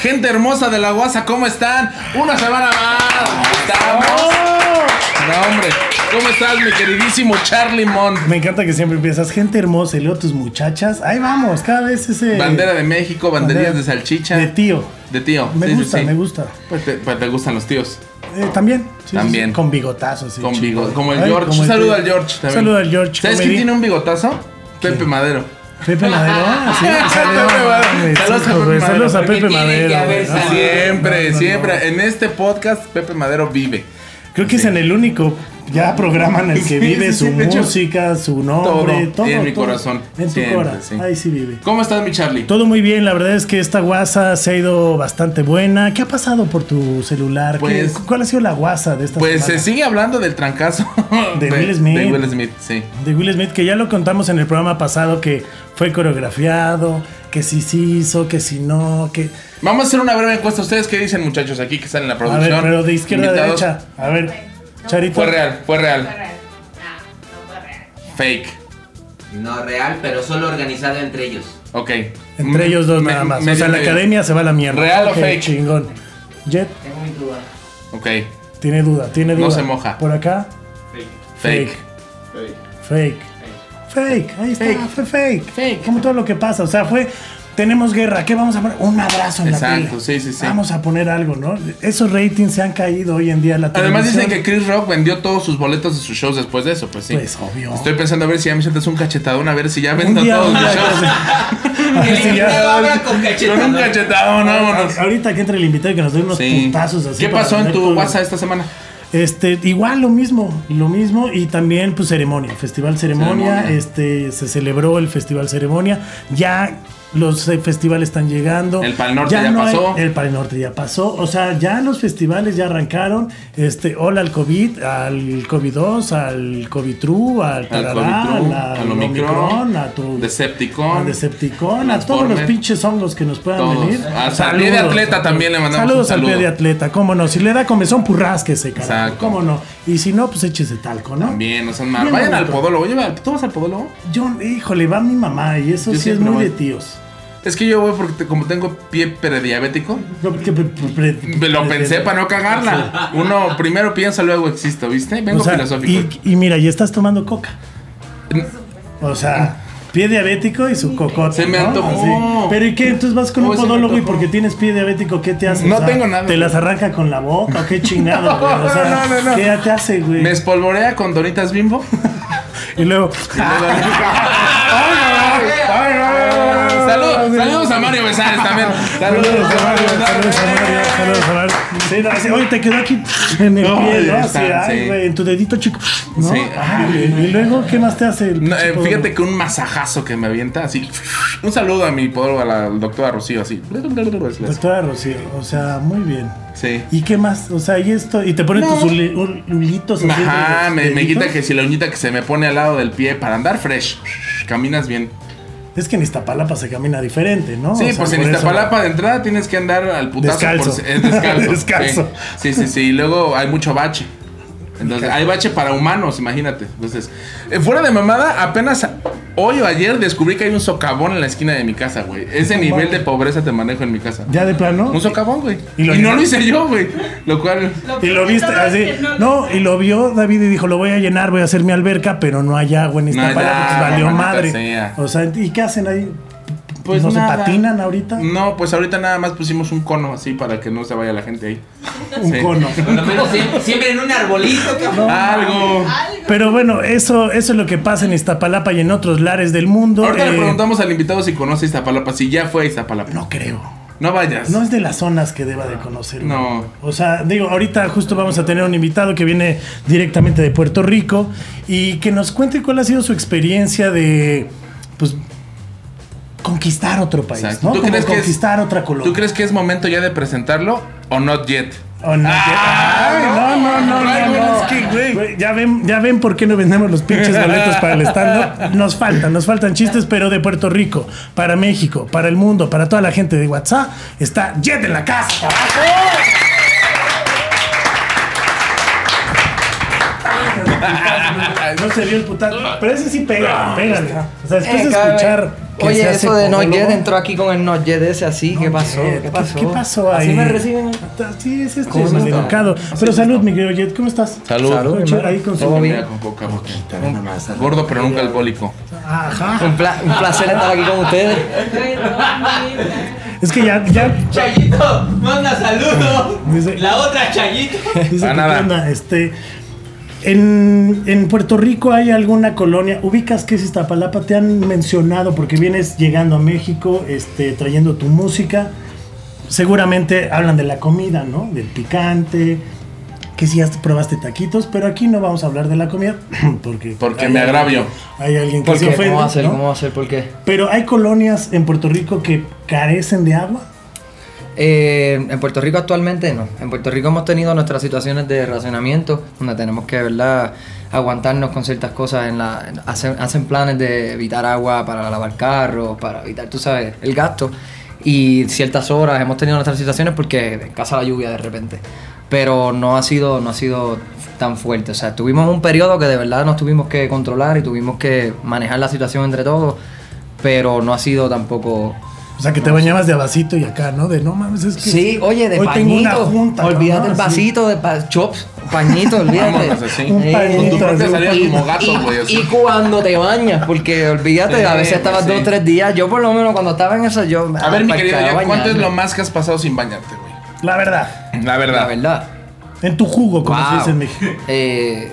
Gente hermosa de la guasa, ¿cómo están? Una semana más. Estamos. No, hombre. ¿Cómo estás, mi queridísimo Charlie Mont? Me encanta que siempre empiezas, gente hermosa, y luego tus muchachas. Ahí vamos, cada vez ese. Bandera de México, banderillas bandera de salchicha. De tío. De tío. Me sí, sí, gusta, sí. me gusta. Pues te, pues te gustan los tíos. Eh, también. sí, sí, También. sí, Con bigotazos. sí, Con chico. bigotes. Como el Ay, George. como Un el saludo tío. al George también. Saludo al George. ¿Sabes quién comedy. tiene un bigotazo? Pepe Madero. Pepe Madero. sí, Pepe saludos, Madero. mames, Saludos a hijo, Pepe güey, Saludos a Madero, Pepe porque tiene que Madero. güey, haber salido. no, Siempre, Ah, no, no, siempre. no. En este podcast, Pepe Madero vive. Creo que es en el único ya programa en el Sí, que vive sí, su sí, de hecho. música, su nombre, Todo, todo. y en mi todo. corazón, En tu siempre, corazón. sí. Ahí sí vive. ¿Cómo estás, mi Charlie? Todo muy bien, la verdad es que esta guasa se ha ido bastante buena. ¿Qué ha pasado por tu celular? ¿Qué- Pues- ¿Cuál ha sido la guasa de esta Pues se semana? sigue hablando del trancazo De Will Smith. De Will Smith, sí. De Will Smith, que ya lo contamos en el programa pasado, que fue coreografiado, que sí se hizo, que sí no, que... Vamos a hacer una breve encuesta. ¿Ustedes qué dicen, muchachos, aquí que están en la A producción? ver, pero de izquierda a Invitados. derecha. A ver, Charito. Fue real, fue real. Ah, No, no fue real. Fake. No real, pero solo organizado entre ellos. Ok. Mm, Entre ellos dos Me- nada más. medio, o sea, la medio. academia se va a la mierda. ¿Real o Ok, fake? Chingón. Jet Tengo mi duda. Ok. tiene duda, tiene No duda. se moja. Por acá, Fake. fake. Fake, ahí está, Fake. fue fake. Fake. Como todo lo que pasa, o sea, fue. Tenemos guerra, ¿qué vamos a poner? Un abrazo en la Exacto, pila. sí, sí, sí. Vamos a poner algo, ¿no? Esos ratings se han caído hoy en día en la Además dicen que televisión. Chris Rock vendió todos sus boletos de sus shows después de eso, pues sí. Pues obvio. Estoy pensando a ver si ya me sientes un cachetadón, a ver si ya vendo Un día, todos un mis día, shows. A ver si ya- Invitado ahora con cachetadón. Con un cachetadón, vámonos. Ahorita que entre el invitado y que nos dé unos Sí. puntazos así. ¿Qué para pasó en tener todo tu lo- WhatsApp esta semana? Este, igual lo mismo, lo mismo y también pues ceremonia, festival ceremonia, Ceremonia. este se celebró el festival ceremonia, ya los eh, festivales están llegando. El Pal Norte ya no hay- pasó. el Pal Norte ya pasó, o sea, ya los festivales ya arrancaron, este, hola al COVID, al COVID-2, al COVID True, al Al Tarará, Covid, al- al al Omicron, a tu Decepticon, a Decepticon, a todos los Transformers. pinches hongos que nos puedan Todos. venir. Hasta al pie de atleta también le mandamos Saludos un al pie saludo. de atleta, cómo no. Si le da comezón, purrásquese, carajo. Exacto. Cómo no. Y si no, pues échese talco, ¿no? Bien, no sean mal. Bien Vayan al bonito. podólogo. Oye, Val, ¿tú vas al podólogo? Yo, híjole, va mi mamá y eso Yo sí es siempre muy voy. de tíos. Es que yo voy porque te- como tengo pie prediabético, Yo que pre- pre- pre- me lo pensé para no cagarla. Uno primero piensa, luego existo, ¿viste? Vengo O sea, filosófico. Y, y mira, y estás tomando coca. O sea, pie diabético y su cocote. Se me ¿no? antojó. Así. Pero ¿y qué? Entonces vas con Uy, un se me podólogo y antojó. porque tienes pie diabético, ¿qué te hace? No O sea, tengo nada. ¿Te las arranca con la boca? ¿O qué chingado, güey? O sea, No, no, no, no. ¿Qué te hace, güey? Me espolvorea con donitas bimbo. Y luego. Saludos, saludos a Mario Besares también. Saludos a Mario, saludos a Mario, saludos a Mario. Sí, no, así, oye, te quedó aquí en el No, pie, ¿no? ahí Así, está, ay, sí. güey, en tu dedito chico. ¿no? Sí. Ay, y luego, ¿qué más te hace? el No, eh, chico? fíjate que un masajazo que me avienta así. Un saludo a mi podólogo, a la doctora Rocío, así. Doctora Rocío, o sea, muy bien. Sí. ¿Y qué más? O sea, y esto, y te ponen No. tus uli- ul- ulitos así Ajá, de- me, me deditos. quita que si la uñita que se me pone al lado del pie para andar fresh, caminas bien. Es que en Iztapalapa se camina diferente, ¿no? Sí, O sea, pues en por eso- Iztapalapa de entrada tienes que andar al putazo. Descalzo. Por, eh, descalzo. Descalzo. Sí, sí, sí, sí. Y luego hay mucho bache. Entonces, hay bache para humanos, imagínate. Entonces, eh, fuera de mamada, apenas a- hoy o ayer descubrí que hay un socavón en la esquina de mi casa, güey. Ese No nivel mames. de pobreza te manejo en mi casa. Ya de plano. Un socavón, güey. Y Y, lo no hizo. lo hice yo, güey. Lo cual. Y lo viste peor es así. que No, y lo vio David y dijo, lo voy a llenar, voy a hacer mi alberca, pero no hay agua en No hay esta palabra. agua, Valió maldita madre. sea. Pues O sea, ¿y qué hacen ahí? ¿No nada. se patinan ahorita? No, pues ahorita nada más pusimos un cono así para que no se vaya la gente ahí. Un Sí. cono. Por lo menos siem- siempre en un arbolito, cabrón. Algo. Algo. Pero bueno, eso, eso es lo que pasa en Iztapalapa y en otros lares del mundo. Ahorita Eh, le preguntamos al invitado si conoce Iztapalapa, si ya fue a Iztapalapa. No creo. No vayas. No es de las zonas que deba de conocer. güey. No. O sea, digo, ahorita justo vamos a tener un invitado que viene directamente de Puerto Rico y que nos cuente cuál ha sido su experiencia de, pues, conquistar otro país, Exacto. ¿no? ¿Tú Como crees que es- conquistar otra colonia. ¿Tú crees que es momento ya de presentarlo o not yet? O Oh, no, Ah, Ay, no, no, no, Ay, no, bueno, no. es que, güey. Güey, Ya ven, ya ven por qué no vendemos los pinches boletos para el stand-up. Nos faltan, nos faltan chistes, pero de Puerto Rico, para México, para el mundo, para toda la gente de WhatsApp, está Jet en la casa. Ay, No se vio el putazo. Pero ese sí pega, pega. O sea, después Eh, de cabrón. escuchar. que se Oye, hace eso de podólogo, Noyed entró aquí con el Noyed ese así. ¿Qué Noyed, pasó? ¿qué- ¿Qué pasó? qué pasó ahí? Así me reciben. Sí, es este ¿Cómo es está? maleducado. Pero salud, mi querido Jet, ¿cómo estás? Salud. Salud, Echar Ahí con Todo su. bien. Mira, con poca boca. Un, un Gordo, pero nunca alcohólico. Ajá. pla- un placer estar aquí con ustedes. Es que ya, ya. Chayito, manda saludos. Dice- La otra Chayito. Dice Ah, que, nada. ¿qué onda? Este. En, en Puerto Rico hay alguna colonia, ubicas que es Iztapalapa, te han mencionado porque vienes llegando a México, este, trayendo tu música. Seguramente hablan de la comida, ¿no? Del picante, que si ya probaste taquitos, pero aquí no vamos a hablar de la comida porque Porque hay me alguien- agravio. Hay alguien que ¿Por se qué? ofende. ¿Cómo va a ser? ¿no? ¿Cómo va a ser? ¿Por qué? Pero hay colonias en Puerto Rico que carecen de agua. Eh, en Puerto Rico actualmente no. En Puerto Rico hemos tenido nuestras situaciones de racionamiento, donde tenemos que, ¿verdad?, aguantarnos con ciertas cosas. En la, en- hacen, hacen planes de evitar agua para lavar carros, para evitar, tú sabes, el gasto. Y ciertas horas hemos tenido nuestras situaciones porque casa la lluvia de repente. Pero no ha sido, no ha sido tan fuerte. O sea, tuvimos un periodo que de verdad nos tuvimos que controlar y tuvimos que manejar la situación entre todos, pero no ha sido tampoco O sea, que te bañabas de abacito y acá, ¿no? De no mames, es que. Sí, oye, de hoy pañito. Tengo una junta, olvídate cabrón, el así. vasito de pa- chops, pañito, olvídate. Vámonos así. Un Eh, Con tu pañito. propia así. salida como gato, güey. Y, y así. cuando te bañas, porque olvídate, a Sí, veces estabas sí. dos o tres días. Yo, por lo menos, cuando estaba en eso, yo. A ver, mi querido, aparcaba ya, ¿cuánto es bañarme. lo más que has pasado sin bañarte, güey? La verdad. La La verdad. verdad. En tu jugo, como se Wow. dice en México. Eh,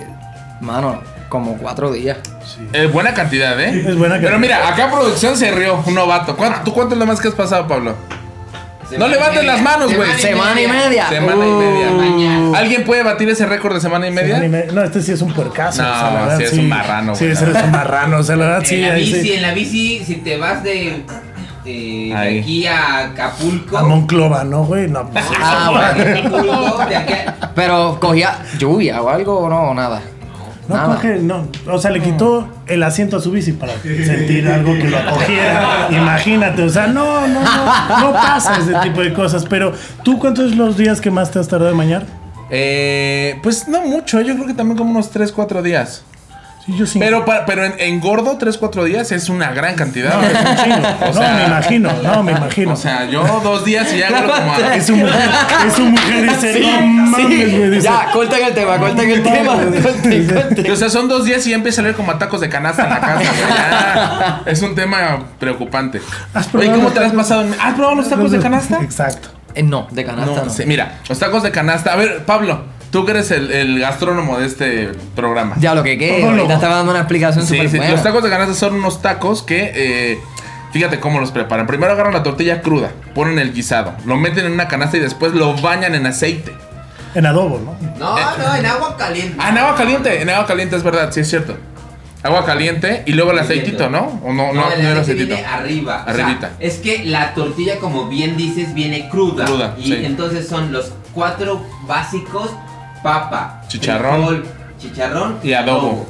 mano, como cuatro días. Eh, buena cantidad, ¿eh? Es buena Pero cantidad. mira, acá producción se rió, un novato. ¿Cuánto- ¿Tú cuánto es lo más que has pasado, Pablo? No levantes las manos, güey. Semana y Ah. media. Semana y Oh. Uh. media. ¿Alguien puede batir ese récord de semana y media? Semana y media. No, este sí es un puercazo. No, o sea, la sí verdad, es un marrano, Sí, güey, ese la es un marrano. O sea, la verdad, sí. En la ahí bici, sí. en la bici, si te vas de, eh, de Ahí. aquí a Acapulco. A Monclova, ¿no, güey? No, pues, Ah, bueno. Acapulco, de aquí a- Pero cogía lluvia o algo o no, nada. no nada. coge, no. O sea, le quitó el asiento a su bici para sentir algo que lo acogiera. Imagínate, o sea, no, no, no. No pasa ese tipo de cosas. Pero, ¿tú cuántos son los días que más te has tardado en bañar? Eh, pues no mucho, yo creo que también como unos 3, 4 días. Sí, yo sí. Pero, pa- pero en, en gordo, 3, 4 días es una gran cantidad. No, es un chingo. O no, sea- me imagino, no, me imagino. O sea, yo dos días y ya agarro como a- es su mujer, es su mujer, dice, no mames, güey", dice. Ya, corten el tema, corten el tema. corten, corten. O sea, son dos días y ya empieza a leer como a tacos de canasta en la casa. güey. Ya, es un tema preocupante. ¿Has probado Oye, ¿cómo los te has tacos? pasado? en- ¿Has probado los tacos de canasta? Exacto. Eh, no, de canasta No, no. sí, mira, los tacos de canasta. A ver, Pablo, tú que eres el, el gastrónomo de este programa. Ya lo que quede, Todólogo. ahorita estaba dando una explicación Sí, súper sí, buena. Los tacos de canasta son unos tacos que, eh, fíjate cómo los preparan. Primero agarran la tortilla cruda, ponen el guisado, lo meten en una canasta y después lo bañan en aceite. En adobo, ¿no? No, no, en agua caliente. Ah, en agua caliente, en agua caliente es verdad, sí es cierto. Agua caliente y luego el aceitito, ¿no? O no, no, no, el era aceite aceitito. viene arriba. o sea, Arribita. es que la tortilla, como bien dices, viene cruda. Cruda, y sí. entonces son los cuatro básicos: papa, Chicharrón. frijol, chicharrón Y adobo.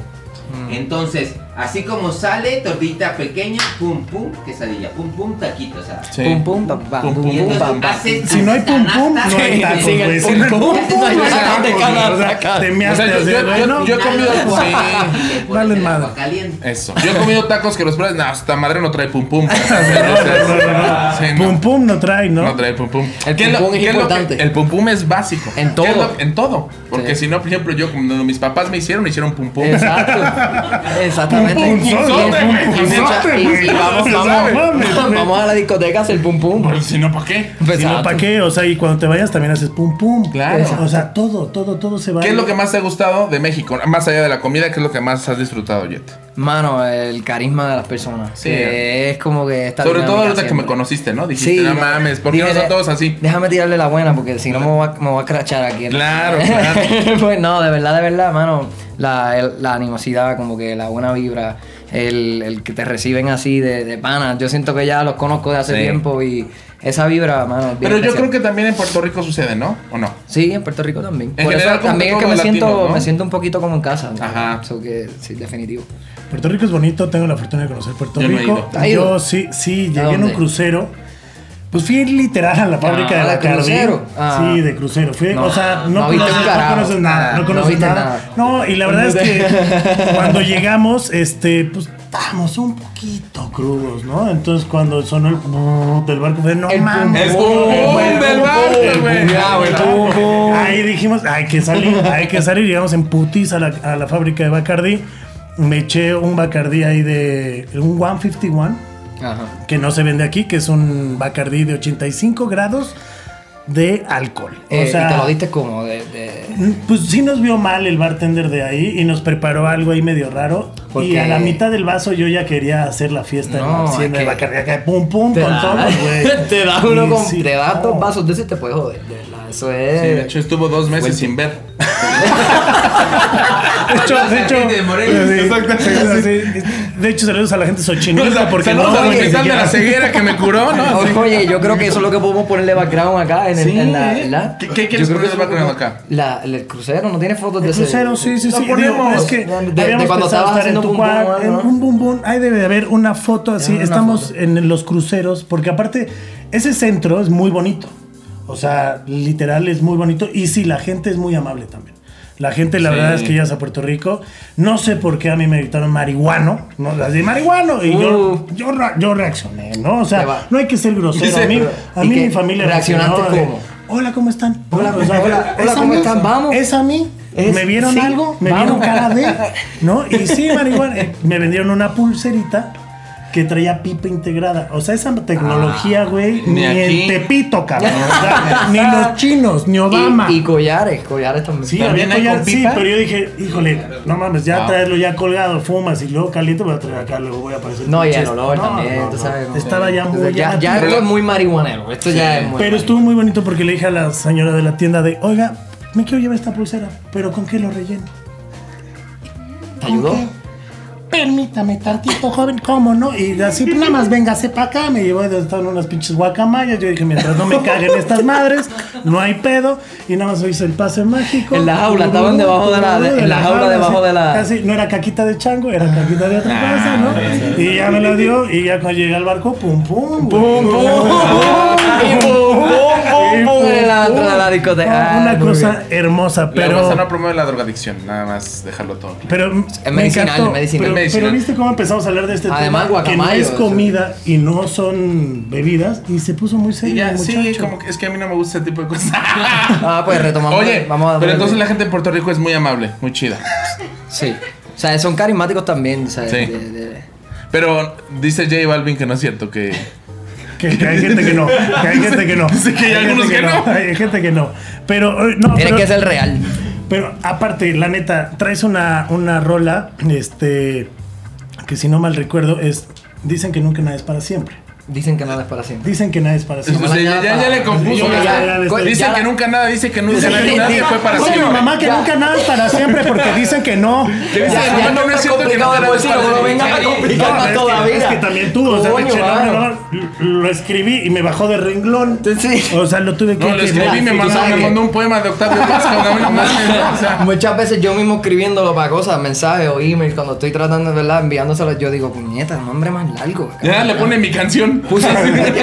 Mm. Entonces, así como sale, tortita pequeña, pum pum, quesadilla, pum pum, taquito. O sea, Sí. Pum, pum, pam, pam, Pum, pum, pum, y pum, entonces pam, pam. haces Si no hay pum pum, no hay Sí, tacos, sin el güey. pum Si no hay pum, pum no pum, hay no hay tacos, tacos, de güey. O sea, canasta. Te O measte sea, yo, así, yo- güey, no, yo he comido. Sí, Vale Valen madre. Agua caliente. eso. Yo he comido tacos que los pruebas. No, esta madre no trae pum pum. no, no, no, no. Sí, no. Pum pum no trae, ¿no? No trae pum pum. El ¿Qué lo- pum pum es qué lo que- importante. el pum pum es básico. En ¿Qué es todo. lo- en todo. Porque Sí. si no, por ejemplo, yo, cuando mis papás me hicieron, me hicieron pum pum. Exacto. Exactamente. Pum, pum, Y- sote, y- güey, y- pum, mucha- sote, y- güey. y vamos, No se sabe, mames, vamos. güey. Vamos a la discoteca a hacer pum pum. Pero Pues, si no, ¿para qué? Si no, ¿para qué? O sea, y cuando te vayas también haces pum pum. Claro. O sea, todo, todo, todo se va. ¿Qué es lo que más te ha gustado de México? Más allá de la comida, ¿qué es lo que más has disfrutado, Jet? Mano, el carisma de las personas. Sí. Que Es como que está Sobre todo ahorita que me conociste, ¿no? Dijiste, no mames, ¿por qué no son todos así? Déjame tirarle la buena porque si no me voy a, me voy a crachar aquí. Claro, claro. pues no, de verdad, de verdad, mano. La, el- la animosidad, como que la buena vibra, el, el que te reciben así de, de pana. Yo siento que ya los conozco de hace Sí. tiempo y esa vibra, mano. es bien Pero yo especial. creo que también en Puerto Rico sucede, ¿no? ¿O no? Sí, en Puerto Rico también. En Por general, eso como también que es que todo me siento, latino, ¿no? me siento un poquito como en casa. ¿no? Ajá. So que, sí, definitivo. Puerto Rico es bonito, tengo la fortuna de conocer Puerto Yo no he Rico. ido. ¿Ha ido? Yo sí, sí, llegué en un dónde? crucero Pues fui literal a la fábrica Ah, de ¿de Bacardi. crucero? Ah. Sí, de crucero. Fui, No, o sea, no no, viste conoces, un no carajo. conoces nada, Ah, no no conoces viste nada. nada. No, y la verdad es que cuando llegamos, este, pues estábamos un poquito crudos, ¿no? Entonces cuando sonó el brrr del barco, fue, no El mames. pum, pum, el pum, del barco, el güey. pum, Ah, güey, del pum, barco. pum. Ahí dijimos, hay que salir, hay que salir. Llegamos en putis a la, a la fábrica de Bacardi. Me eché un Bacardi ahí de un 151 Ajá. que no se vende aquí, que es un Bacardí de 85 grados de alcohol. Eh, o sea, y te lo diste como de. de- pues sí nos vio mal el bartender de ahí y nos preparó algo ahí medio raro. Y Porque- a la mitad del vaso yo ya quería hacer la fiesta en No, la hacienda es de que- Bacardí, acá, pum pum te con da- todos, güey. te da uno Y con. sí, te da no. dos vasos de ese y te puedes joder. de verdad, eso es. Sí, de hecho estuvo dos meses Güey. sin ver. De hecho, de hecho, Gente de Morelia. sí, Exacto. sí, sí, sí. De hecho, saludos a la gente de Xochimilco O sea, porque saludos no, al güey, hospital de la ceguera que me curó, ¿no? Ah, Sí. O- Ah, Oye, yo creo que eso es lo que podemos ponerle background acá en, el, Sí, en la, ¿eh? ¿verdad? ¿Qué- qué Yo quieres creo ponerle que background podemos- acá? La, el, crucero no tiene fotos de El ese- crucero, sí, sí, Lo sí. ponemos. Digo, es que De- de habíamos pensado cuando estabas estar en haciendo tu Bum Bum cuarto, Bum, ¿no? en un bum bum. Ahí debe de haber una foto así. Ah, una Estamos foto. en los cruceros, porque aparte, ese centro es muy bonito. O sea, literal es muy bonito. Y sí, la gente es muy amable también. La gente, la Sí. verdad es que llegas a Puerto Rico. No sé por qué a mí me gritaron marihuano. No, las de marihuano. Y yo, Uh. yo, re- yo reaccioné, ¿no? O Te sea, va. no hay que ser grosero. Dice, a mí, a ¿y mí qué? mi familia ¿Reaccionaste reaccionó de, cómo? Hola, ¿cómo están? Hola, hola, hola, ¿es ¿cómo a mí? están? Vamos. ¿Es a mí? Es- ¿Me vieron sí, algo? ¿Me vamos. vieron cara de? ¿No? Y sí, marihuana. eh, me vendieron una pulserita que traía pipa integrada. O sea, esa tecnología, güey, Ah, ni ni, aquí. en Tepito, cabrón. O sea, ni los chinos, ni Obama. Y, y collares, collares también. Sí, ¿También había hay collar- con sí, pipa? pero yo dije, híjole, no mames, ya Ah. traerlo ya colgado, fumas y luego caliente, voy a traer acá, luego voy a aparecer. No, y el pinches- olor No, también, no, tú no. sabes. ¿no? Estaba ya muy Ya, ya llamativo. esto es muy marihuanero. Esto ya es muy. Pero estuvo muy bonito porque le dije a la señora de la tienda de, oiga, me quiero llevar esta pulsera, pero ¿con qué lo relleno? ¿Te ayudó? ¿Con qué? Permítame tantito, joven, ¿cómo no? Y así, pues, nada más, véngase para acá. Me llevó, estaban unas pinches guacamayas. Yo dije, mientras no me caguen estas madres, no hay pedo. Y nada más hice el pase mágico. En la jaula, estaban debajo de la- de- en la jaula, debajo de la- Ah, Casi, no era caquita de chango, era caquita de otra cosa, ¿no? Y ya me lo dio. Y ya cuando llegué al barco, pum, pum. güey. De la- de la discoteca. Ah, Una muy cosa hermosa, La pero. guasa no promueve la drogadicción, nada más dejarlo todo. claro. Pero Es me medicinal, encantó. es medicinal. Pero, Medicinal. pero viste cómo empezamos a hablar de este Además, tema, que no guacamayo, es o sea. comida y no son bebidas y se puso muy Y serio ya, el sí, muchacho. como que es que a mí no me gusta ese tipo de cosas. Ah, pues retomamos. Oye, vamos a pero entonces la gente de Puerto Rico es muy amable, muy chida. Sí. O sea, son carismáticos también. O sea, Sí. de- de- Pero dice J Balvin que no es cierto, que... que, que hay gente que no, que hay gente que no. Sí, que hay algunos gente que no. Hay gente que no. Pero eh, no, Tiene pero, que ser real. pero aparte, la neta, traes una, una rola este que si no mal recuerdo es dicen que nunca nada es para siempre. Dicen que nada es para siempre. Dicen que nada es para siempre. O sea, ya, ya- ya le compuso. Sí, ya, ya, ya, ¿verdad? ya. Dice Ya que la- nunca nada, dice que nunca nada, y nadie fue para Oye, siempre. mamá, que Ya. nunca nada es para siempre porque dicen que no. Que dice, Ya, "No, ya no, no es está cierto que complicado no de puedes bolsillo, parar". no venga a Sí, complicar No, más es que- todavía. Es que también tú, o sea, me Coño, eché la mano. mano, lo escribí y me bajó de renglón. Sí. O sea, lo tuve que No, lo escribí, quemar. me tú mandó, sabes me que- mandó un poema de Octavio Paz, cabrón, no mames, ¿no? O sea, Muchas veces yo mismo escribiéndolo para cosas, mensajes o email, cuando estoy tratando, ¿verdad? Enviándoselo, yo digo, puñeta, un hombre más largo. ya le pone mi canción. Puse-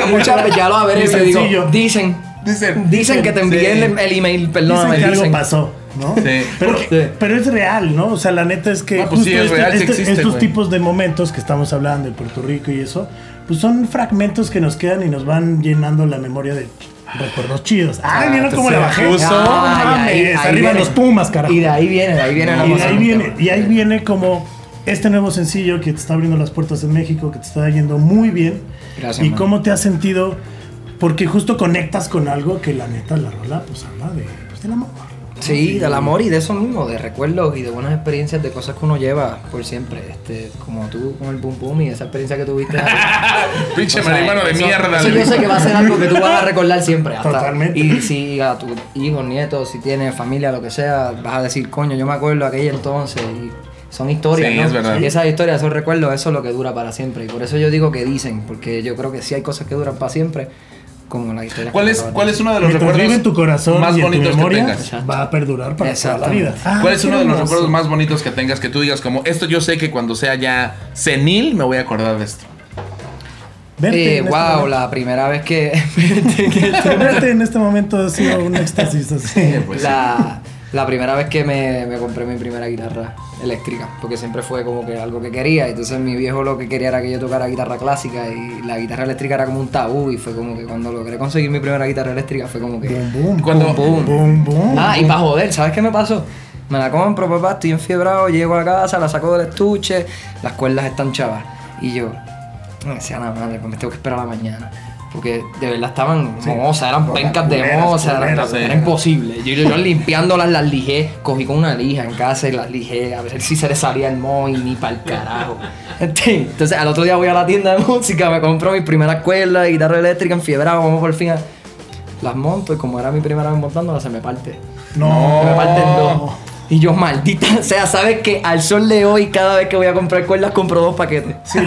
muchas veces ya lo habré Muy y le sencillo. digo, dicen, Dicen. dicen que te envié Sí. el, el email, Dicen perdóname, que algo dicen. pasó, ¿no? Sí. Pero, Porque- pero es real, ¿no? O sea, la neta es que este, No, pues sí, es real, sí existe, estos güey. tipos de momentos que estamos hablando de Puerto Rico y eso, pues son fragmentos que nos quedan y nos van llenando la memoria de recuerdos chidos. Ay, Ah, mira cómo la bajé. justo. No Ay, ahí- mames, ahí arriba viene. los Pumas, carajo. Y de ahí viene, de ahí viene la Y cosa. ahí viene, y ahí viene como este nuevo sencillo que te está abriendo las puertas en México, que te está yendo muy bien. Gracias, y man. cómo te has sentido, porque justo conectas con algo que la neta la rola pues habla de, pues, del amor. Ah, Sí, del amor y de eso mismo, de recuerdos y de buenas experiencias, de cosas que uno lleva por siempre. Este, como tú con el Boom Boom y esa experiencia que tuviste. Pinche O sea, marihuano de eso- mierda. Eso le yo sé dijo. que va a ser algo que tú vas a recordar siempre. hasta- Totalmente. Y si a tus hijos, nietos, si tienes familia, lo que sea, vas a decir, coño, yo me acuerdo aquella entonces. Y son historias, Sí, ¿no? es verdad. Y esas historias, esos recuerdos, eso es lo que dura para siempre. Y por eso yo digo que dicen, porque yo creo que sí hay cosas que duran para siempre, como la historia. ¿Cuál es, ¿Cuál es uno de los Mientras vive recuerdos en tu corazón más y en tu bonitos que memoria, tengas? va a perdurar para toda la Exactamente. vida. Ah, ¿Cuál es qué uno de los hermoso. recuerdos más bonitos que tengas que tú digas como esto yo sé que cuando sea ya senil me voy a acordar de esto? Verte en Eh, este wow, momento. la primera vez que... verte, que Tenerte en este momento ha sido un éxtasis así. Pues sí. la, la primera vez que me, me compré mi primera guitarra eléctrica, porque siempre fue como que algo que quería. Entonces mi viejo lo que quería era que yo tocara guitarra clásica y la guitarra eléctrica era como un tabú y fue como que cuando logré conseguir mi primera guitarra eléctrica fue como que... Boom, boom, pues. Cuando- boom, boom, boom. Ah, y para joder, ¿sabes qué me pasó? Me la compro, papá, estoy enfiebrado, llego a casa, la saco del estuche, las cuerdas están chavas. Y yo, me decía la madre, pues me tengo que esperar a la mañana. Porque de verdad estaban mozas, eran pencas de culeras, moza, eran- culeras, era, sí. imposible. Yo, yo- yo limpiándolas, las lijé, cogí con una lija en casa y las lijé, a ver si se le salía el moho y ni para el carajo. En fin, Entonces al otro día voy a la tienda de música, me compro mis primeras cuerdas, guitarra eléctrica, enfiebrado, vamos por fin a... Las monto y como era mi primera vez montándolas, se me parte. No. Me parten dos. Oh. Y yo, maldita sea, sabes que al sol de hoy, cada vez que voy a comprar cuerdas, compro dos paquetes. ya,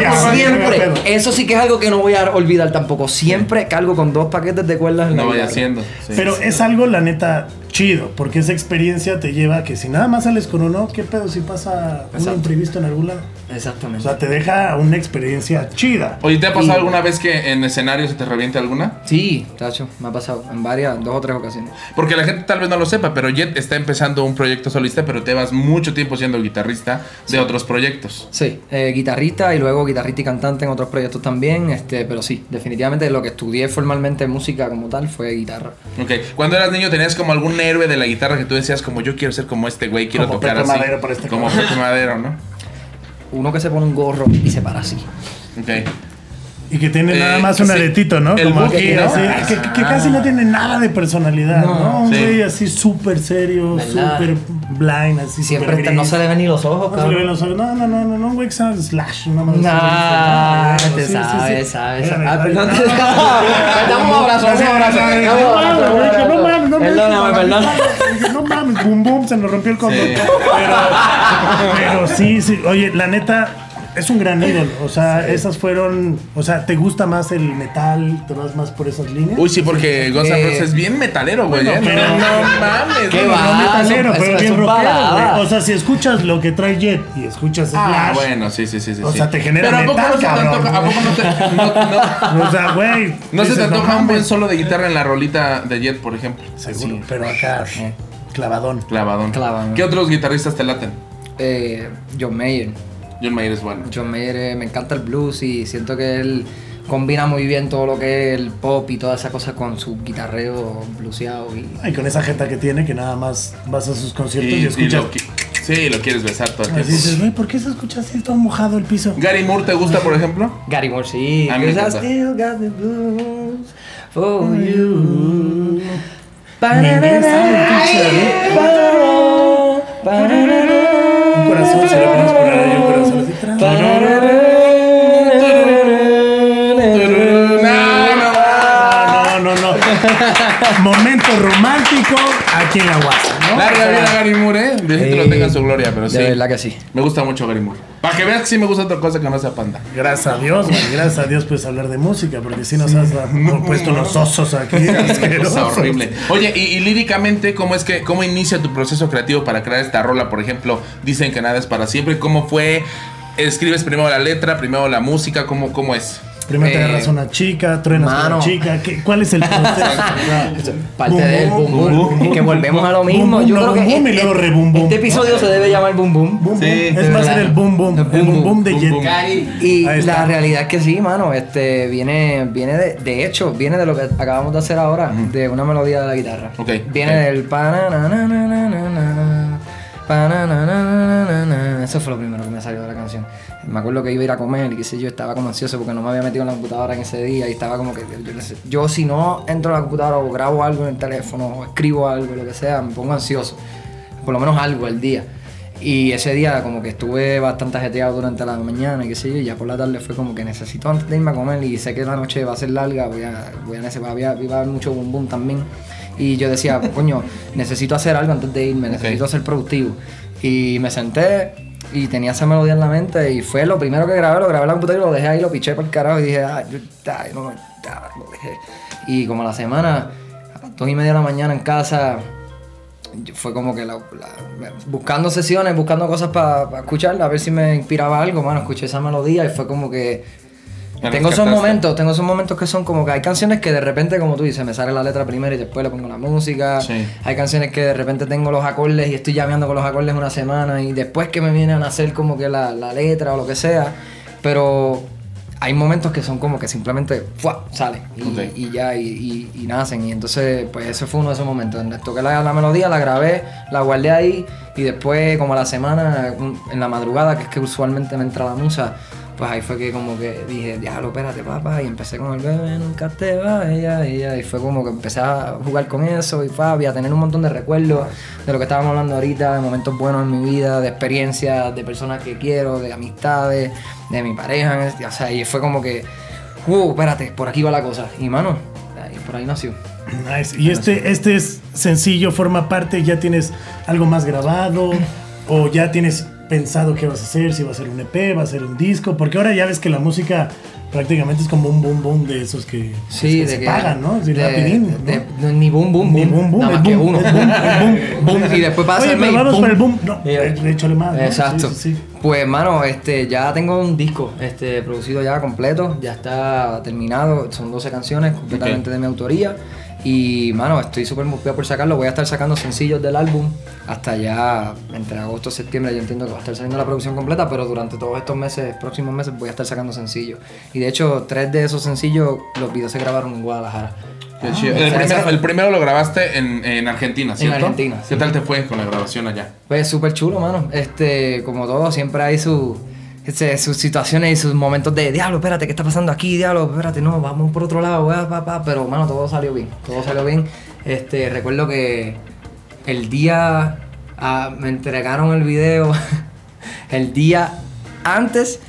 ya, ya, Siempre. ya, ya. Eso sí que es algo que no voy a olvidar tampoco. Siempre cargo con dos paquetes de cuerdas en la No vaya guitarra. haciendo. sí. Pero es algo, la neta, chido, porque esa experiencia te lleva a que si nada más sales con uno, ¿qué pedo si pasa un Exacto. imprevisto en algún lado? O Exactamente. sea, te deja una experiencia chida. Oye, ¿te ha pasado Y- alguna vez que en escenario se te reviente alguna? Sí, tacho, me ha pasado en varias, dos o tres ocasiones. Porque la gente tal vez no lo sepa, pero Jet está empezando un proyecto solista, pero te vas mucho tiempo siendo guitarrista de otros proyectos. Sí, eh, guitarrista y luego guitarrista y cantante en otros proyectos también, este, pero sí, definitivamente lo que estudié formalmente música como tal fue guitarra. Ok, cuando eras niño tenías como algún héroe de la guitarra que tú decías como yo quiero ser como este güey, quiero Como tocar Pepe así. Madero para este como cabrón. Pepe Madero, ¿no? Uno que se pone un gorro y se para así. Ok. Y que tiene Eh, nada más un sí. aretito, ¿no? El Como Buki, aquí, ¿no? así, Ah, que, que- que casi no tiene nada de personalidad, ¿no? No, Un sí. güey así súper serio, ¿Verdad? súper blind, así Y siempre súper está- no gris. se le ven ni los ojos, No se Pues le ven cabrón. los ojos. No, no, no, no, no, un güey que sabe de slash, no mames. Nah, Sí, te sí, sí. sabes, sabes. Espérame, Ah, perdón. espérame. Dame un abrazo, dame un abrazo. Ay, dame No un abrazo, mames, dame un güey, que no abrazo. mames, no mames. Perdóname, perdón. Dije, No mames, boom, boom, se nos rompió el condón. Sí. Pero, pero sí, sí. Oye, la neta, es un gran ídolo. O sea, esas fueron. O sea, ¿te gusta más el metal? ¿Te vas más por esas líneas? Uy, sí, porque Guns N' Eh, Roses es bien metalero, güey. ¿eh? bueno, No, pero- no mames. Qué güey. va. No metalero, Ah, eso- pero eso bien es rockero, balada. güey. O sea, si escuchas lo que trae Jet y escuchas Ah, Slash. bueno, sí, sí, sí, sí. O sí. sea, te genera Pero ¿a poco metal, no se te cabrón, antoja- ¿A güey? poco no te, no, no- O sea, güey. no se dices, te antoja un buen mames. solo de guitarra en la rolita de Jet, por ejemplo? Seguro, pero acá, Eh. clavadón. Clavadón. Clavadón. ¿Qué otros guitarristas te laten? Eh, John Mayer. John Mayer es bueno. John Mayer eh, me encanta el blues y siento que él combina muy bien todo lo que es el pop y toda esa cosa con su guitarreo blueseado y Y con esa jeta que tiene, que nada más vas a sus conciertos y, Y- y escuchas. lo qui- sí, lo quieres besar todo el Así tiempo. dices, güey, ¿por qué se escucha así todo mojado el piso? Gary Moore, ¿te gusta, por ejemplo? Gary Moore, sí. A mí me encanta. 'Cause I still got the blues for you. Me ingresa Un corazón, se lo pones por ahí, un corazón así. tra- No, no, no. Momento romántico aquí en la guasa, ¿no? Larga vida Gary Moore, ¿eh? Dios te lo Sí. tenga en su gloria, pero sí. De verdad que sí. Me gusta mucho Gary Moore. Para que veas que sí me gusta otra cosa que no sea panda. Gracias a Dios, güey. Gracias a Dios puedes hablar de música, porque si nos has dado- puesto los osos aquí. Una asquerosos. cosa horrible. Oye, y, y líricamente, ¿cómo es que, cómo inicia tu proceso creativo para crear esta rola? Por ejemplo, dicen que nada es para siempre. ¿Cómo fue? ¿Escribes primero la letra, primero la música? ¿Cómo, cómo es? Primero te Eh, agarras una chica, truenas con una mano. chica. ¿qué- ¿Cuál es el proceso? Parte Bum, del bum, boom boom. Es que volvemos a lo Bum, mismo. bum, Yo no, creo bum, que bum, y este- luego re bum, bum. este episodio se debe llamar boom boom. Bum, Sí, bum. de es más verdad. el boom boom, el El boom, boom boom boom, de boom, Jet. boom. Gary. Y Ahí está. la realidad es que sí, mano, este viene viene de, de hecho, viene de lo que acabamos de hacer ahora, de una melodía de la guitarra. Ok, Viene ok. del pananananana, pananananana. Eso fue lo primero que me salió de la canción. Me acuerdo que iba a ir a comer y qué sé yo, estaba como ansioso porque no me había metido en la computadora en ese día y estaba como que yo, no sé, yo si no entro a la computadora o grabo algo en el teléfono o escribo algo, lo que sea, me pongo ansioso. Por lo menos algo al día. Y ese día como que estuve bastante ajeteado durante la mañana y qué sé yo, y ya por la tarde fue como que necesito antes de irme a comer y sé que la noche va a ser larga, voy a, voy a, neces- va a haber- va a haber mucho bum bum también. Y yo decía, coño, necesito hacer algo antes de irme, necesito ser productivo. Y me senté y tenía esa melodía en la mente y fue lo primero que grabé, lo grabé en la computadora y lo dejé ahí, lo piché por el carajo y dije, ay, yo, ay, no, ay, lo dejé. Y como a la semana, a las dos y media de la mañana en casa, yo- fue como que la- la- buscando sesiones, buscando cosas para escuchar, a ver si me inspiraba algo, mano, escuché esa melodía y fue como que Ya Tengo esos rescataste. momentos, tengo esos momentos que son como que hay canciones que de repente, como tú dices, me sale la letra primero y después le pongo la música. Sí. Hay canciones que de repente tengo los acordes y estoy llameando con los acordes una semana y después que me vienen a hacer como que la, la letra o lo que sea. Pero hay momentos que son como que simplemente ¡fua! sale y, Ok. y ya y, y- y nacen. Y entonces, pues ese fue uno de esos momentos. donde Toqué la, la melodía, la grabé, la guardé ahí y después, como a la semana, un- en la madrugada, que es que usualmente me entra la musa, pues ahí fue que como que dije, diablo, espérate, papá. Y empecé con el bebé, nunca te vayas. Y, ya, y fue como que empecé a jugar con eso y papi, a tener un montón de recuerdos de lo que estábamos hablando ahorita, de momentos buenos en mi vida, de experiencias, de personas que quiero, de amistades, de mi pareja. O sea, y fue como que, uh, espérate, por aquí va la cosa. Y mano, ahí- por ahí nació. Nice. Y este, este es sencillo, forma parte, ya tienes algo más grabado o ya tienes pensado qué vas a hacer, si va a ser un EP, va a ser un disco, porque ahora ya ves que la música prácticamente es como un boom boom de esos que, Sí, que de se que. pagan, ¿no? Es decir, de- rapidín, ¿no? de- no, ni boom, boom, Ni boom. boom, boom, nada es más que boom, uno. es boom, es boom. Boom, y después pasa Oye, el pero mail, vamos boom. para el boom. No, Yeah. eh, échale más. ¿no? Exacto. Sí, sí, sí. Pues, mano, este, ya tengo un disco este, producido ya completo, ya está terminado, son 12 canciones completamente Ok. de mi autoría. Y, mano, estoy súper motivado por sacarlo. Voy a estar sacando sencillos del álbum hasta ya entre agosto y septiembre. Yo entiendo que va a estar saliendo la producción completa, pero durante todos estos meses, próximos meses, voy a estar sacando sencillos. Y de hecho, tres de esos sencillos, los videos se grabaron en Guadalajara. Ah, Qué chido. el, esa- primero, esa- el primero lo grabaste en, en Argentina, ¿cierto? Argentina, ¿Qué sí. tal te fue con la grabación allá? Pues súper chulo, mano. Este, como todo, siempre hay su, este, sus situaciones y sus momentos de diablo, espérate, ¿qué está pasando aquí? Diablo, espérate, no, vamos por otro lado, weá, pa, pa". Pero, mano, todo salió bien. Todo salió bien. Este, recuerdo que el día. ah, me entregaron el video. el día antes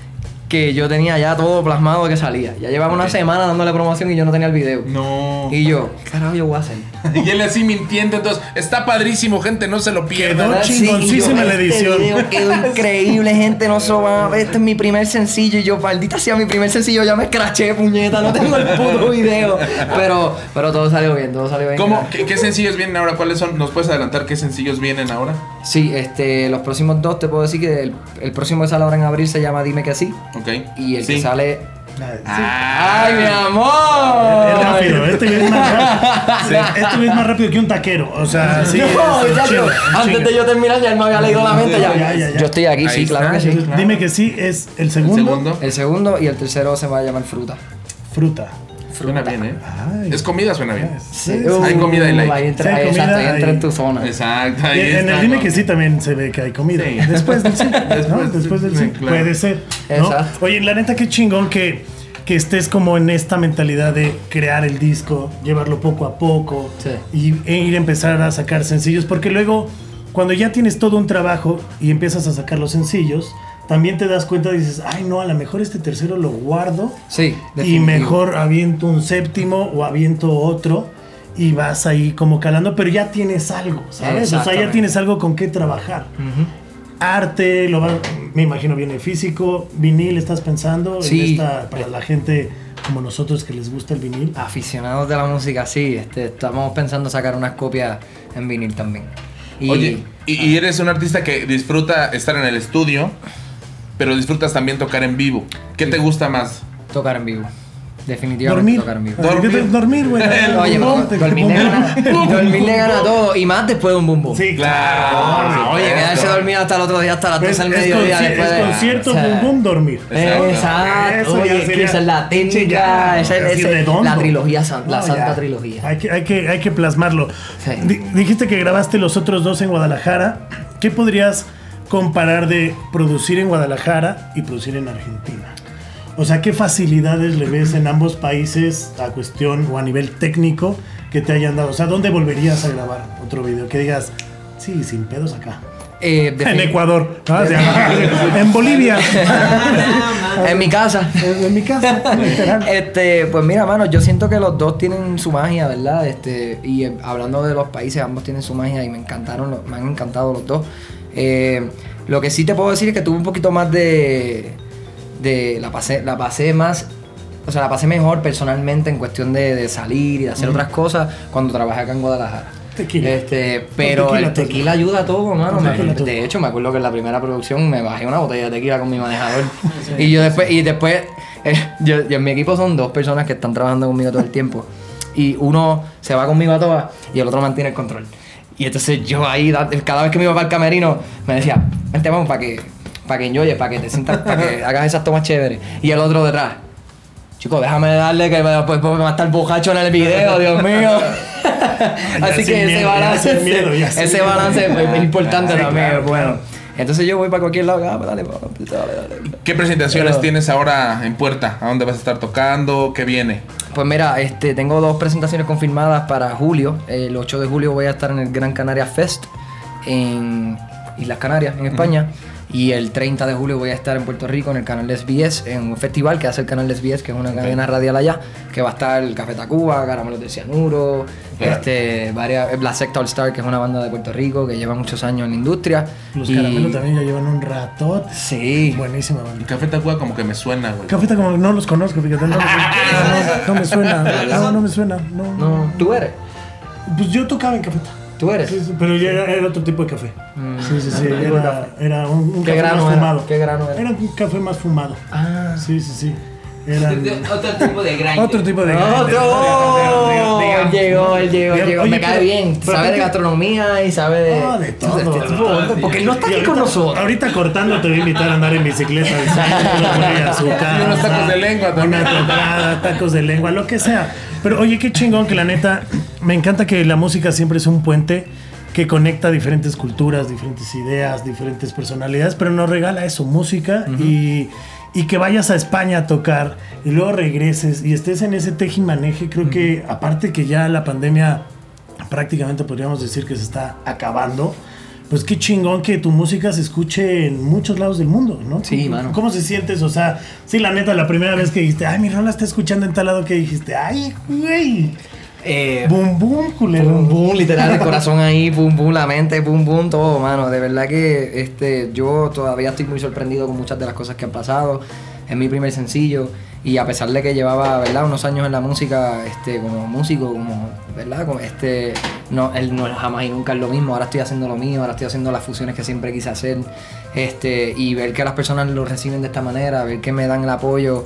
que yo tenía ya todo plasmado que salía. Ya llevaba una Ok. semana dándole promoción y yo no tenía el video. No. Y yo, ¿qué carajo yo voy a hacer? Y él así mintiendo, entonces, está padrísimo, gente, no se lo pierdan. Quedó ¿Verdad? chingoncísima Sí, yo, la este edición. video quedó increíble, gente. No se lo van a ver. Este es mi primer sencillo. Y yo, maldita sea, mi primer sencillo. Ya me escraché, puñeta. No tengo el puto video. Pero, pero todo salió bien, todo salió bien. ¿Cómo? ¿Qué, qué sencillos vienen ahora? ¿Cuáles son? ¿Nos puedes adelantar qué sencillos vienen ahora? Sí, este, los próximos dos te puedo decir que el, el próximo que sale ahora en abril se llama Dime que sí. Ok. Y el Sí. que sale. Ah, ¡Ay, mi Es amor! rápido, este video es más rápido. Este video es más rápido que un taquero. O sea, sí. No, es- ya, chinga, yo- antes chinga. de yo terminar, ya él me había leído la mente. Ya, Ya, ya, ya. Yo estoy aquí, Ahí sí, claro que está. sí. Dime que sí, es el El segundo. segundo. El segundo y el tercero se va a llamar Fruta. Fruta. Suena bien, ¿eh? Ay. Es comida, suena bien. Sí, sí. Hay comida y like. Ahí entra, Sí, hay comida, exacto, ahí entra hay- en tu zona. Exacto. Y ahí Eh, en está, el dime ¿no? que sí también se ve que hay comida. Sí. Después del sí. ¿no? Después- Después, del sí, sí. claro. Puede ser. ¿no? Exacto. Oye, la neta, qué chingón que, que estés como en esta mentalidad de crear el disco, llevarlo poco a poco Sí. y, e ir a empezar a sacar sencillos. Porque luego, cuando ya tienes todo un trabajo y empiezas a sacar los sencillos, también te das cuenta y dices, ay, no, a lo mejor este tercero lo guardo. Sí, Y definitivo. mejor aviento un séptimo o aviento otro y vas ahí como calando, pero ya tienes algo, ¿sabes? O sea, ya Exactamente. tienes algo con qué trabajar. Arte, lo va- me imagino viene físico, vinil, ¿estás pensando? Sí. En esta, para la gente como nosotros que les gusta el vinil. Ah, Aficionados de la música, sí. Este, estamos pensando sacar unas copias en vinil también. Y Ah. Oye, y, y eres un artista que disfruta estar en el estudio, pero disfrutas también tocar en vivo. ¿Qué te gusta más? tocar en vivo. Definitivamente Dormir. tocar en vivo. Dormir. Dormir, dormir güey. Oye, mano, Dormir. dormir le gana, dormir le gana todo. Y más después de un Ah, bumbo. Sí, Claro, claro. Oye, Exacto. quedarse dormido hasta el otro día, hasta las 3 Es, al es mediodía conci- después es de- concierto, o sea, boom, boom, dormir. Exacto. Exacto, Eso ya oye, que sería- esa es la técnica, Sí, ya, esa es- así esa es redondo. la trilogía, san- la No, santa ya. trilogía. Hay que, hay que, hay que plasmarlo. Sí. Di- dijiste que grabaste los otros dos en Guadalajara. ¿Qué podrías comparar de producir en Guadalajara y producir en Argentina? O sea, ¿qué facilidades le ves en ambos países a cuestión o a nivel técnico que te hayan dado? O sea, ¿dónde volverías a grabar otro video? Que digas, sí, sin pedos acá. Eh, En defini- Ecuador, ¿no? O sea, en Bolivia, En mi casa. en en mi casa, literal. Este, pues mira, mano, yo siento que los dos tienen su magia, ¿verdad? Este, y eh, hablando de los países, ambos tienen su magia y me encantaron, los- me han encantado los dos. Eh, lo que sí te puedo decir es que tuve un poquito más de, de la pasé, la pasé más, o sea, la pasé mejor personalmente en cuestión de, de salir y de hacer otras cosas cuando trabajé acá en Guadalajara. Tequila. Este, pero tequila el todo. tequila ayuda a todo, mano. Con Me- tequila todo. de hecho, me acuerdo que en la primera producción me bajé una botella de tequila con mi manejador. y yo después, y después eh, yo, yo- en mi equipo son dos personas que están trabajando conmigo todo el tiempo. Y uno se va conmigo a todas y el otro mantiene el control. Y entonces yo ahí, da- cada vez que me iba para el camerino, me decía, vente, vamos, para que, para que enjoye, para que te sientas, para que hagas esas tomas chéveres. Y el otro detrás, Chico, déjame darle que después me pues, va a estar bocacho en el video, Dios mío. Así sin que ese miedo, ya balance, sin miedo, ya sin ese miedo. balance pues, es importante Sí, también, claro, bueno. claro. Entonces yo voy para cualquier lado, ah, dale, dale, dale, dale. ¿Qué presentaciones Pero- tienes ahora en puerta? ¿A dónde vas a estar tocando? ¿Qué viene? Pues mira, este, tengo dos presentaciones confirmadas para julio. El 8 de julio voy a estar en el Gran Canaria Fest en Islas Canarias, en España. Y el 30 de julio voy a estar en Puerto Rico en el canal SBS, en un festival que hace el canal SBS, que es una cadena radial allá, que va a estar el Café Tacuba, Caramelos de Cianuro, este, varias, la Secta All Star, que es una banda de Puerto Rico que lleva muchos años en la industria. Los Y- caramelos también ya llevan un ratón. Sí. Buenísima banda. El Café Tacuba como que me suena, güey. Cafeta como no los conozco, fíjate, no, los- no, no me suena, Ah, no, no me suena, no, No, tú eres. Pues yo tocaba en cafeta. Tú eres. Mm, Sí, sí, pero ya era, era otro tipo de café. sí, sí, sí, era, era un, un ¿Qué café grano más era? fumado. ¿Qué grano era? Era un café más fumado. Ah. Sí, sí, sí. Eran Otro tipo de grinder. otro tipo de No, grande. no, llegó, él llegó, él Digamos, llegó. oye, Me cae pero- bien. pero Sabe de aparte- gastronomía y sabe de. No, de todo, Este de tipo, todo, Porque él no está Y aquí con ahorita- nosotros. Ahorita cortando te voy a invitar a andar en bicicleta. al centro, voy a su casa, unos tacos de lengua también. Una tortada, tacos de lengua, lo que sea. Pero oye, qué chingón que la neta, me encanta que la música siempre es un puente que conecta diferentes culturas, diferentes ideas, diferentes personalidades, pero nos regala eso, música y... y que vayas a España a tocar y luego regreses y estés en ese tejimaneje, creo que aparte que ya la pandemia prácticamente podríamos decir que se está acabando. Pues qué chingón que tu música se escuche en muchos lados del mundo, ¿no? Sí, ¿Cómo- mano. ¿Cómo se sientes? O sea, sí, la neta, la primera vez que dijiste, ay, mi rola está escuchando en tal lado que dijiste, ay, güey, Eh, boom, boom, culero. Boom, boom, literal, el corazón ahí, boom, boom, la mente, boom, boom, todo, mano. De verdad que este, yo todavía estoy muy sorprendido con muchas de las cosas que han pasado. Es mi primer sencillo y a pesar de que llevaba, ¿verdad?, unos años en la música este, como músico, como, ¿verdad?, como este, no, él no es jamás y nunca es lo mismo. Ahora estoy haciendo lo mío, ahora estoy haciendo las fusiones que siempre quise hacer. Este, y ver que las personas lo reciben de esta manera, ver que me dan el apoyo.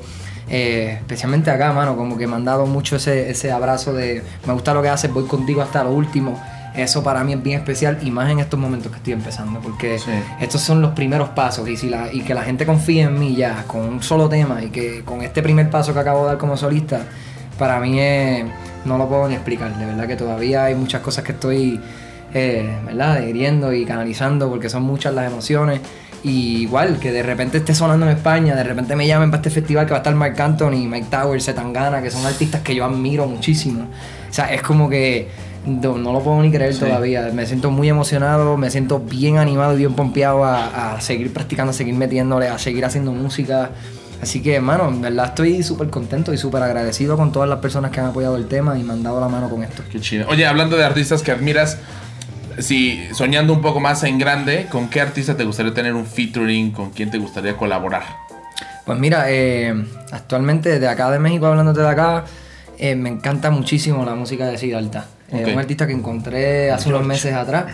Eh, especialmente acá, mano, como que me han dado mucho ese, ese abrazo de me gusta lo que haces, voy contigo hasta lo último. Eso para mí es bien especial y más en estos momentos que estoy empezando, porque Sí. estos son los primeros pasos y, si la, y que la gente confíe en mí ya con un solo tema y que con este primer paso que acabo de dar como solista, para mí es- no lo puedo ni explicar. De verdad que todavía hay muchas cosas que estoy, eh, ¿verdad?, hiriendo y canalizando porque son muchas las emociones. Y igual, que de repente esté sonando en España, de repente me llamen para este festival que va a estar Mark Anthony, Mike Towers, Zetangana, que son artistas que yo admiro muchísimo. O sea, es como que no, no lo puedo ni creer todavía. Me siento muy emocionado, me siento bien animado y bien pompeado a, a seguir practicando, a seguir metiéndole, a seguir haciendo música. Así que, hermano, en verdad estoy súper contento y súper agradecido con todas las personas que han apoyado el tema y me han dado la mano con esto. Qué chido. Oye, hablando de artistas que admiras, si soñando un poco más en grande, ¿con qué artista te gustaría tener un featuring? ¿Con quién te gustaría colaborar? Pues mira, eh, actualmente de acá de México, hablándote de acá, eh, me encanta muchísimo la música de Siddhartha. Es Ok. un artista que encontré hace unos meses atrás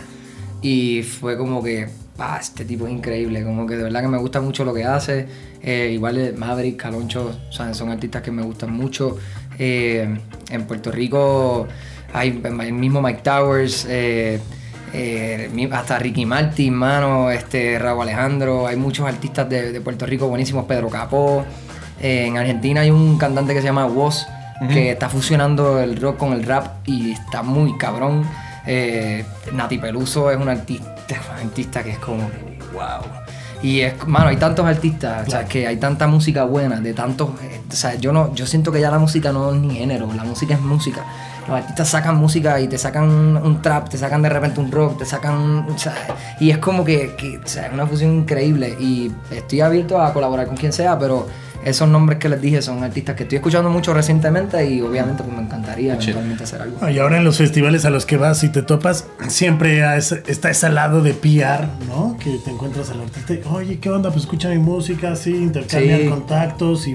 y fue como que, "Ah, este tipo es increíble, como que de verdad que me gusta mucho lo que hace. Eh, igual eh, Maverick, Caloncho, o sea, son artistas que me gustan mucho. Eh, en Puerto Rico hay el mismo Mike Towers. eh, eh, mi- hasta Ricky Martin, mano, este, Raúl Alejandro, hay muchos artistas de, de Puerto Rico buenísimos, Pedro Capó. Eh, en Argentina hay un cantante que se llama Woz, que está fusionando el rock con el rap y está muy cabrón. Eh, Nati Peluso es un artista, artista que es como, wow. Y es, mano, hay tantos artistas, o sea, que hay tanta música buena, de tantos, eh, o sea, yo no, yo siento que ya la música no es ni género, la música es música. Los artistas sacan música y te sacan un, un trap, te sacan de repente un rock, te sacan, un- o sea, y es como que, que, o sea, es una fusión increíble y estoy abierto a colaborar con quien sea, pero esos nombres que les dije son artistas que estoy escuchando mucho recientemente y obviamente pues me encantaría chido. eventualmente hacer algo. Ah, Y ahora en los festivales a los que vas y te topas, siempre a ese- está ese lado de PR, ¿no? Que te encuentras al artista y, oye, ¿qué onda? Pues escucha mi música, sí, intercambian Sí. contactos y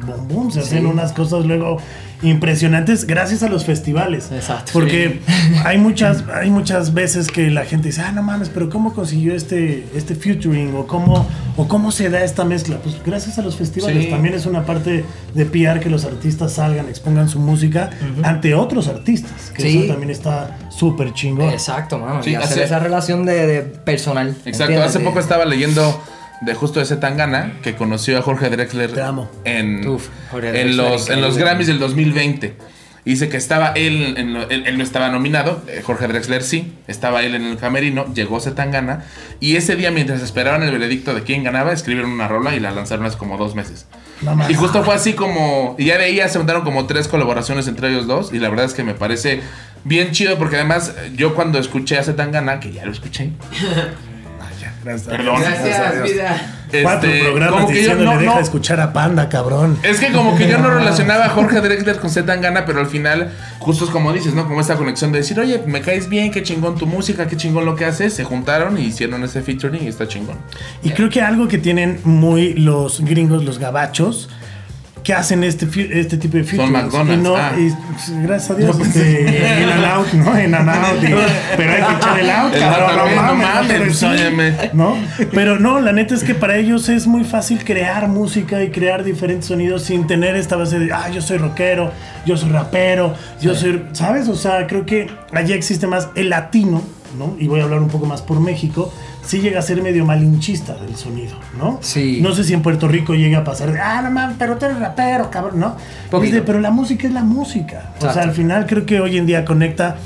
boom, boom, se hacen Sí. unas cosas luego impresionantes gracias a los festivales. Exacto. Porque hay muchas, hay muchas veces que la gente dice, ah, no mames, pero ¿cómo consiguió este, este featuring? O cómo, o cómo se da esta mezcla. Pues gracias a los festivales. Sí. También es una parte de PR que los artistas salgan, expongan su música ante otros artistas. Que Sí. eso también está súper chingón. Exacto, mano. Sí, y hacer hace- esa relación de, de personal. Exacto, ¿entiendes? hace De- poco estaba leyendo de justo ese Tangana que conoció a Jorge Drexler Te amo. en, Uf, Jorge en Drexler, los, en los increíble. Grammys del 2020. Dice que estaba él, en lo- él, él no estaba nominado, eh, Jorge Drexler sí, estaba él en el camerino, llegó Zetangana y ese día mientras esperaban el veredicto de quién ganaba, escribieron una rola y la lanzaron hace como dos meses. No mames. Y justo fue así como. Y ya de ahí ya se montaron como tres colaboraciones entre ellos dos. Y la verdad es que me parece bien chido. Porque además, eh, yo cuando escuché a Zetangana, que ya lo escuché. Ay, ya, gracias, Perdón. Gracias, vida. Cuatro Este, programas como que yo diciéndole, no, deja no- de escuchar a Panda, cabrón. es que como que yo no relacionaba a Jorge Drexler con Zetangana, pero al final, justo es como dices, ¿no? Como esta conexión de decir, oye, me caes bien, qué chingón tu música, qué chingón lo que haces. Se juntaron y hicieron ese featuring y está chingón. Y creo que algo que tienen muy los gringos, los gabachos, que hacen este, fi- este tipo de features. McDonald's, Y no, ah. y, gracias a Dios, No, pues, este, in and out, ¿no? In and out. y- pero hay que echar el out, El cabrón, out no también, no mames, mames, pero pues, sí, óyeme. ¿no? Pero no, la neta es que para ellos es muy fácil crear música y crear diferentes sonidos sin tener esta base de, ah, yo soy rockero, yo soy rapero, yo soy, ¿sabes? O sea, creo que allá existe más el latino, ¿no? Y voy a hablar un poco más por México, sí llega a ser medio malinchista del sonido, ¿no? Sí. No sé si en Puerto Rico llega a pasar de, ah, no mames, pero tú eres rapero, cabrón, ¿no? Poquito. Dice, pero la música es la música. O sea, Exacto. al final creo que hoy en día conecta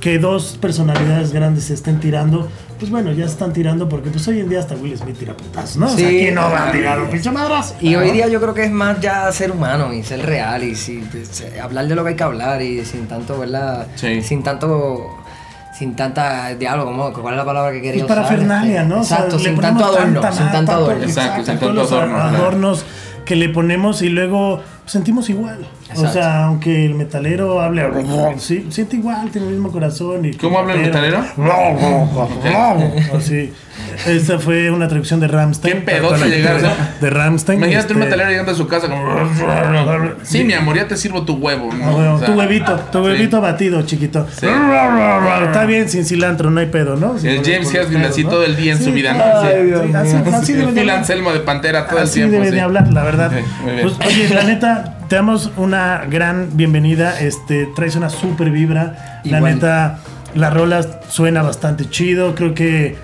que dos personalidades grandes se estén tirando. Pues bueno, ya se están tirando porque pues hoy en día hasta Will Smith tira putazos, ¿no? O sea, Sí. ¿quién no va a tirar un pinche madrazo? Y hoy ¿No? día yo creo que es más ya ser humano y ser real y sí, pues, eh, hablar de lo que hay que hablar y sin tanto, ¿verdad? Sí. Sin tanto. Sin tanta diálogo, ¿cómo? ¿cuál es la palabra que quería Pues para usar? Fernalia, Este, ¿no? O sea, Exacto, le sin ponemos tanto adorno, tanta sin ma- tanto tanto- adorno. Exacto, sin todos tanto los adorno, claro. adornos que le ponemos y luego sentimos igual. O Exacto. sea, aunque el metalero hable, sí, siente igual, tiene el mismo corazón. Y ¿Cómo habla el pero- Así. Esta fue una traducción de Ramstein. Qué pedote llegar, ¿no? De Ramstein. Imagínate un este, metalero llegando a su casa como... Sí, mi amor, ya te sirvo tu huevo, Ah, ¿no? bueno, O sea, tu huevito, tu sí. huevito batido, chiquito. Sí. Está bien sin cilantro, no hay pedo, ¿no? El James Hasbin así ¿no? todo el día en Sí, su vida, ¿no? claro, Sí. sí, sí, así- así El debe de Phil hablar. Anselmo de Pantera todo el Así tiempo. debe sí. de hablar, la verdad. Sí, muy bien. Pues, oye, la neta, te damos una gran bienvenida. Este, traes una super vibra. La Igual. neta, la rola suena bastante chido. Creo que.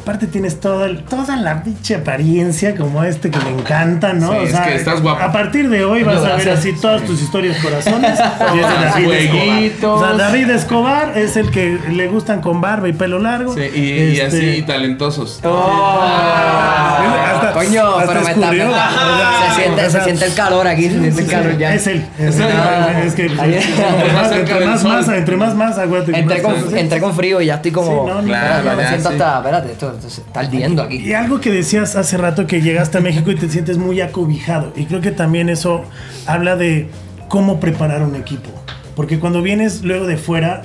Aparte tienes todo el- toda la pinche apariencia como este que me encanta, ¿no? Sí, es que estás guapo. A partir de hoy vas a ver gracias. así todas tus historias corazones. y es de David Escobar. Jueguitos. O sea, David Escobar es el que le gustan con barba y pelo largo. Sí, y, y Este, así talentosos. Oh. Ah, hasta- Coño, hasta pero me está- escurrió. me Ajá. está. Se siente, se siente el calor aquí, se siente el calor ya. Es él. Es, Es él. él. Ah, es que Ahí está. entre más, Más cerca entre del más sol. masa, entre más masa, güey. te- Entré más- con, entré con frío y ya estoy como. Sí, no, no. espérate, Claro, me ya, siento Ah, sí. hasta. Espérate, esto, esto se está ardiendo aquí. Y algo que decías hace rato que llegaste a México y te sientes muy acobijado. Y creo que también eso habla de cómo preparar un equipo. Porque cuando vienes luego de fuera,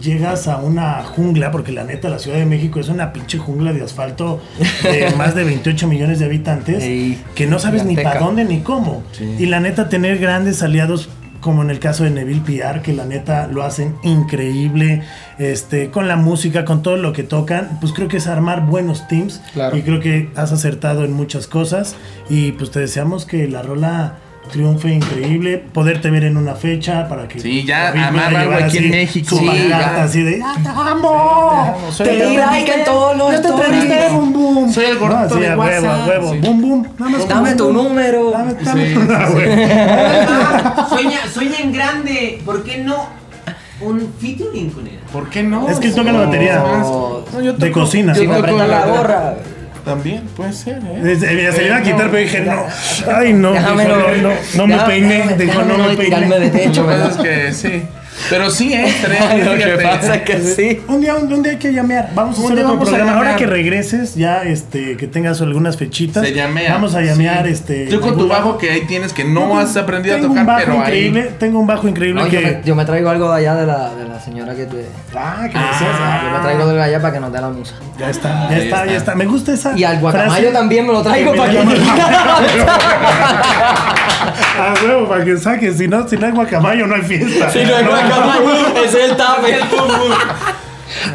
llegas a una jungla, porque la neta la Ciudad de México es una pinche jungla de asfalto de más de 28 millones de habitantes, Ey, que no sabes ni para gigantesca. dónde ni cómo. Y la neta tener grandes aliados como en el caso de Neville Piar, que la neta lo hacen increíble, este, con la música, con todo lo que tocan, pues creo que es armar buenos teams. Claro. Y creo que has acertado en muchas cosas. Y pues te deseamos que la rola triunfe increíble, poderte ver en una fecha para que... Sí, ya David pueda amarra algo llevar aquí así en México. su Sí, pancarta ya. así de, ¡Ah, te amo! Te di like en todos los Yo te stories. entrevisté, boom, boom. Soy el gordito No, así de a huevo, a WhatsApp. huevo. Sí. Boom, boom. Nada más Dame boom, tu boom. número. Dame, dame Sí, tu número, güey. Ah, Sueña, sueña en grande. ¿Por qué no un featuring con él? ¿Por qué no? Es que toca la batería. No, yo De toco- cocina. yo Si me toco apretas la gorra. También puede ser, ¿eh? Eh, eh, Se le iba a quitar, pero dije, no. Ay, no. Déjame dijo, no. no, no, no me déjame- peiné. déjame- Dijo, no déjame me tirarme de peiné. techo, Lo que pasa ¿verdad? es que sí. Pero sí, ¿eh? Estaría bien, Lo que fíjate. pasa es que sí. Un día, un, un día hay que llamear. Vamos a Un hacer día otro vamos a programa. Ahora llamear. que regreses, ya este, que tengas algunas fechitas. Se llamea. Vamos a llamear Sí. este. Tú con tu algún- bajo que ahí tienes que Yo no con- has aprendido a tengo tocar, un bajo pero increíble, ahí. Tengo un bajo increíble No, yo, que. me, yo me traigo algo de allá de la, de la señora que te. Ah, que Yo me traigo algo de allá para que nos dé la musa. Ya está, ya Ahí está, está. ya está. Me gusta esa. Y al guacamayo frase. también me lo traigo Que me para que llama- nos dé la musa. A Ah, huevo, guacamayo para que saque. Si no, si no hay guacamayo, no hay fiesta. Sí, no, guacamayo, ese es el tape.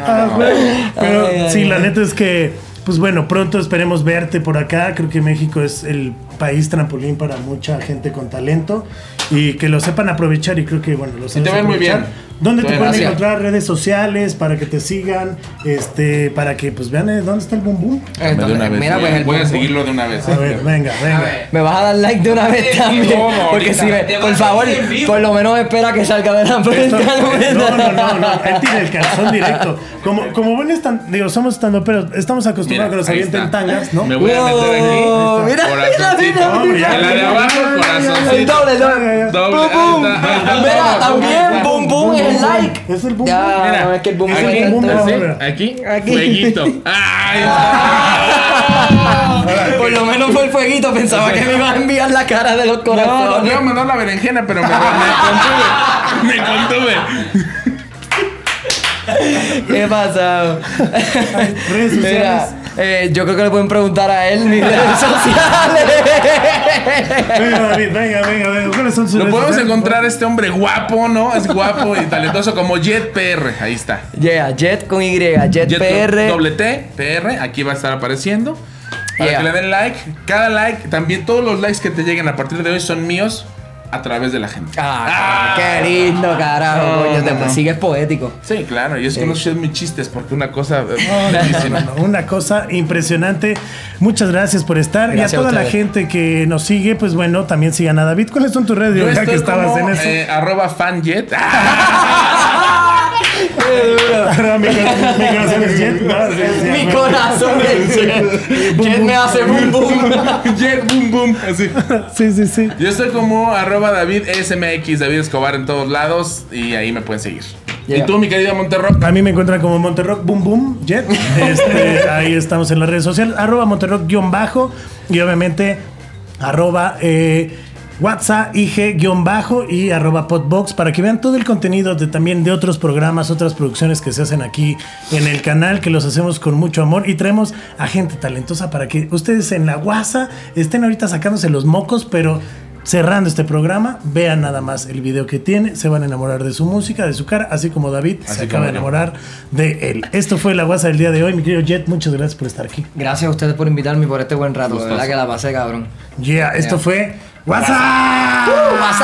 Ah, güey. Pero Ay, ay, sí, ay. la neta es que, pues bueno, pronto esperemos verte por acá. Creo que México es el país trampolín para mucha gente con talento y que lo sepan aprovechar. Y creo que, bueno, lo sabes te ven muy aprovechar. bien. ¿Dónde Te te ven pueden así. encontrar redes sociales para que te sigan? Este, para que pues vean eh, dónde está el boom boom. de una vez. Mira, pues el voy a boom, seguirlo de una vez. A ver, venga, A venga. ver. Me vas a dar like de una vez Sí, también. ¿cómo Porque ahorita? si me, Te por vas a favor, ir en vivo. por lo menos espera que salga de la Esto- prensa. No, no, no, no, él tiene el calzón directo. Como, como buen estan- digo, somos estando, pero estamos acostumbrados a que nos ahí avienten está. tangas, ¿no? Me voy a meter Wow, aquí. mira, Corazoncito. mira, mira, mira. En la de abajo, El corazoncito. doble, el doble. Doble. Doble. Bum, bum. Ahí está, ahí está, Mira, vamos, vamos. también, bum, bum, el like. Es el boom boom. Ya, Mira, no, es que el boom aquí, boom es boom tanto. boom. Aquí, Aquí. fueguito. ¡Ay! Por lo menos fue el fueguito, pensaba que me iba a enviar la cara de los No, no, corazones. iba a mandar la berenjena, pero me, me contuve. Me contuve. ¿Qué pasado? Redes sociales. Mira, eh, yo creo que le pueden preguntar a él mis redes sociales. Venga, David, venga, venga, venga. ¿Cuáles son sus Lo redes podemos sociales? encontrar este hombre guapo, ¿no? Es guapo y talentoso como Jet PR. Ahí está. Yeah, Jet con Y, Jet, Jet PR. Doble T, PR. Aquí va a estar apareciendo. Para Yeah. que le den like. Cada like, también todos los likes que te lleguen a partir de hoy son míos a través de la gente. Ah, carajo, qué lindo, carajo, No, coño. no, te no. sigues poético. Sí, claro. Y es que no sé mis chistes porque una cosa... eh, No, no, no, una cosa impresionante. Muchas gracias por estar. y Gracias a a toda la ustedes. gente que nos sigue, pues bueno, también sigan a David. ¿Cuáles son tus redes? Yo Digo, ya estoy que estabas como, en eso. eh, arroba Ah, fanjet. Ahora mi, cor- mi corazón es Jet. No, sí, sí, Mi no. corazón es Jet. Jet me hace boom boom. Jet, boom, boom. Así. Sí, sí, sí. Yo estoy como arroba David SMX, David Escobar en todos lados y ahí me pueden seguir. Yeah. Y tú, mi querido Monterrock, A mí me encuentran como Monterrock Boom Boom Jet. Este, ahí estamos en las redes sociales. Arroba Monterrock guión bajo. Y obviamente arroba eh, WhatsApp IG guión bajo y arroba Podbox para que vean todo el contenido de, también de otros programas, otras producciones que se hacen aquí en el canal, que los hacemos con mucho amor y traemos a gente talentosa para que ustedes en la guasa estén ahorita sacándose los mocos, pero cerrando este programa, vean nada más el video que tiene, se van a enamorar de su música, de su cara, así como David se Así como acaba de yo. enamorar de él. Esto fue la guasa del día de hoy, mi querido Jet, muchas gracias por estar aquí. Gracias a ustedes por invitarme y por este buen rato. De verdad que la pasé, cabrón. Yeah, esto Yeah. fue WhatsApp. ¡Pasa!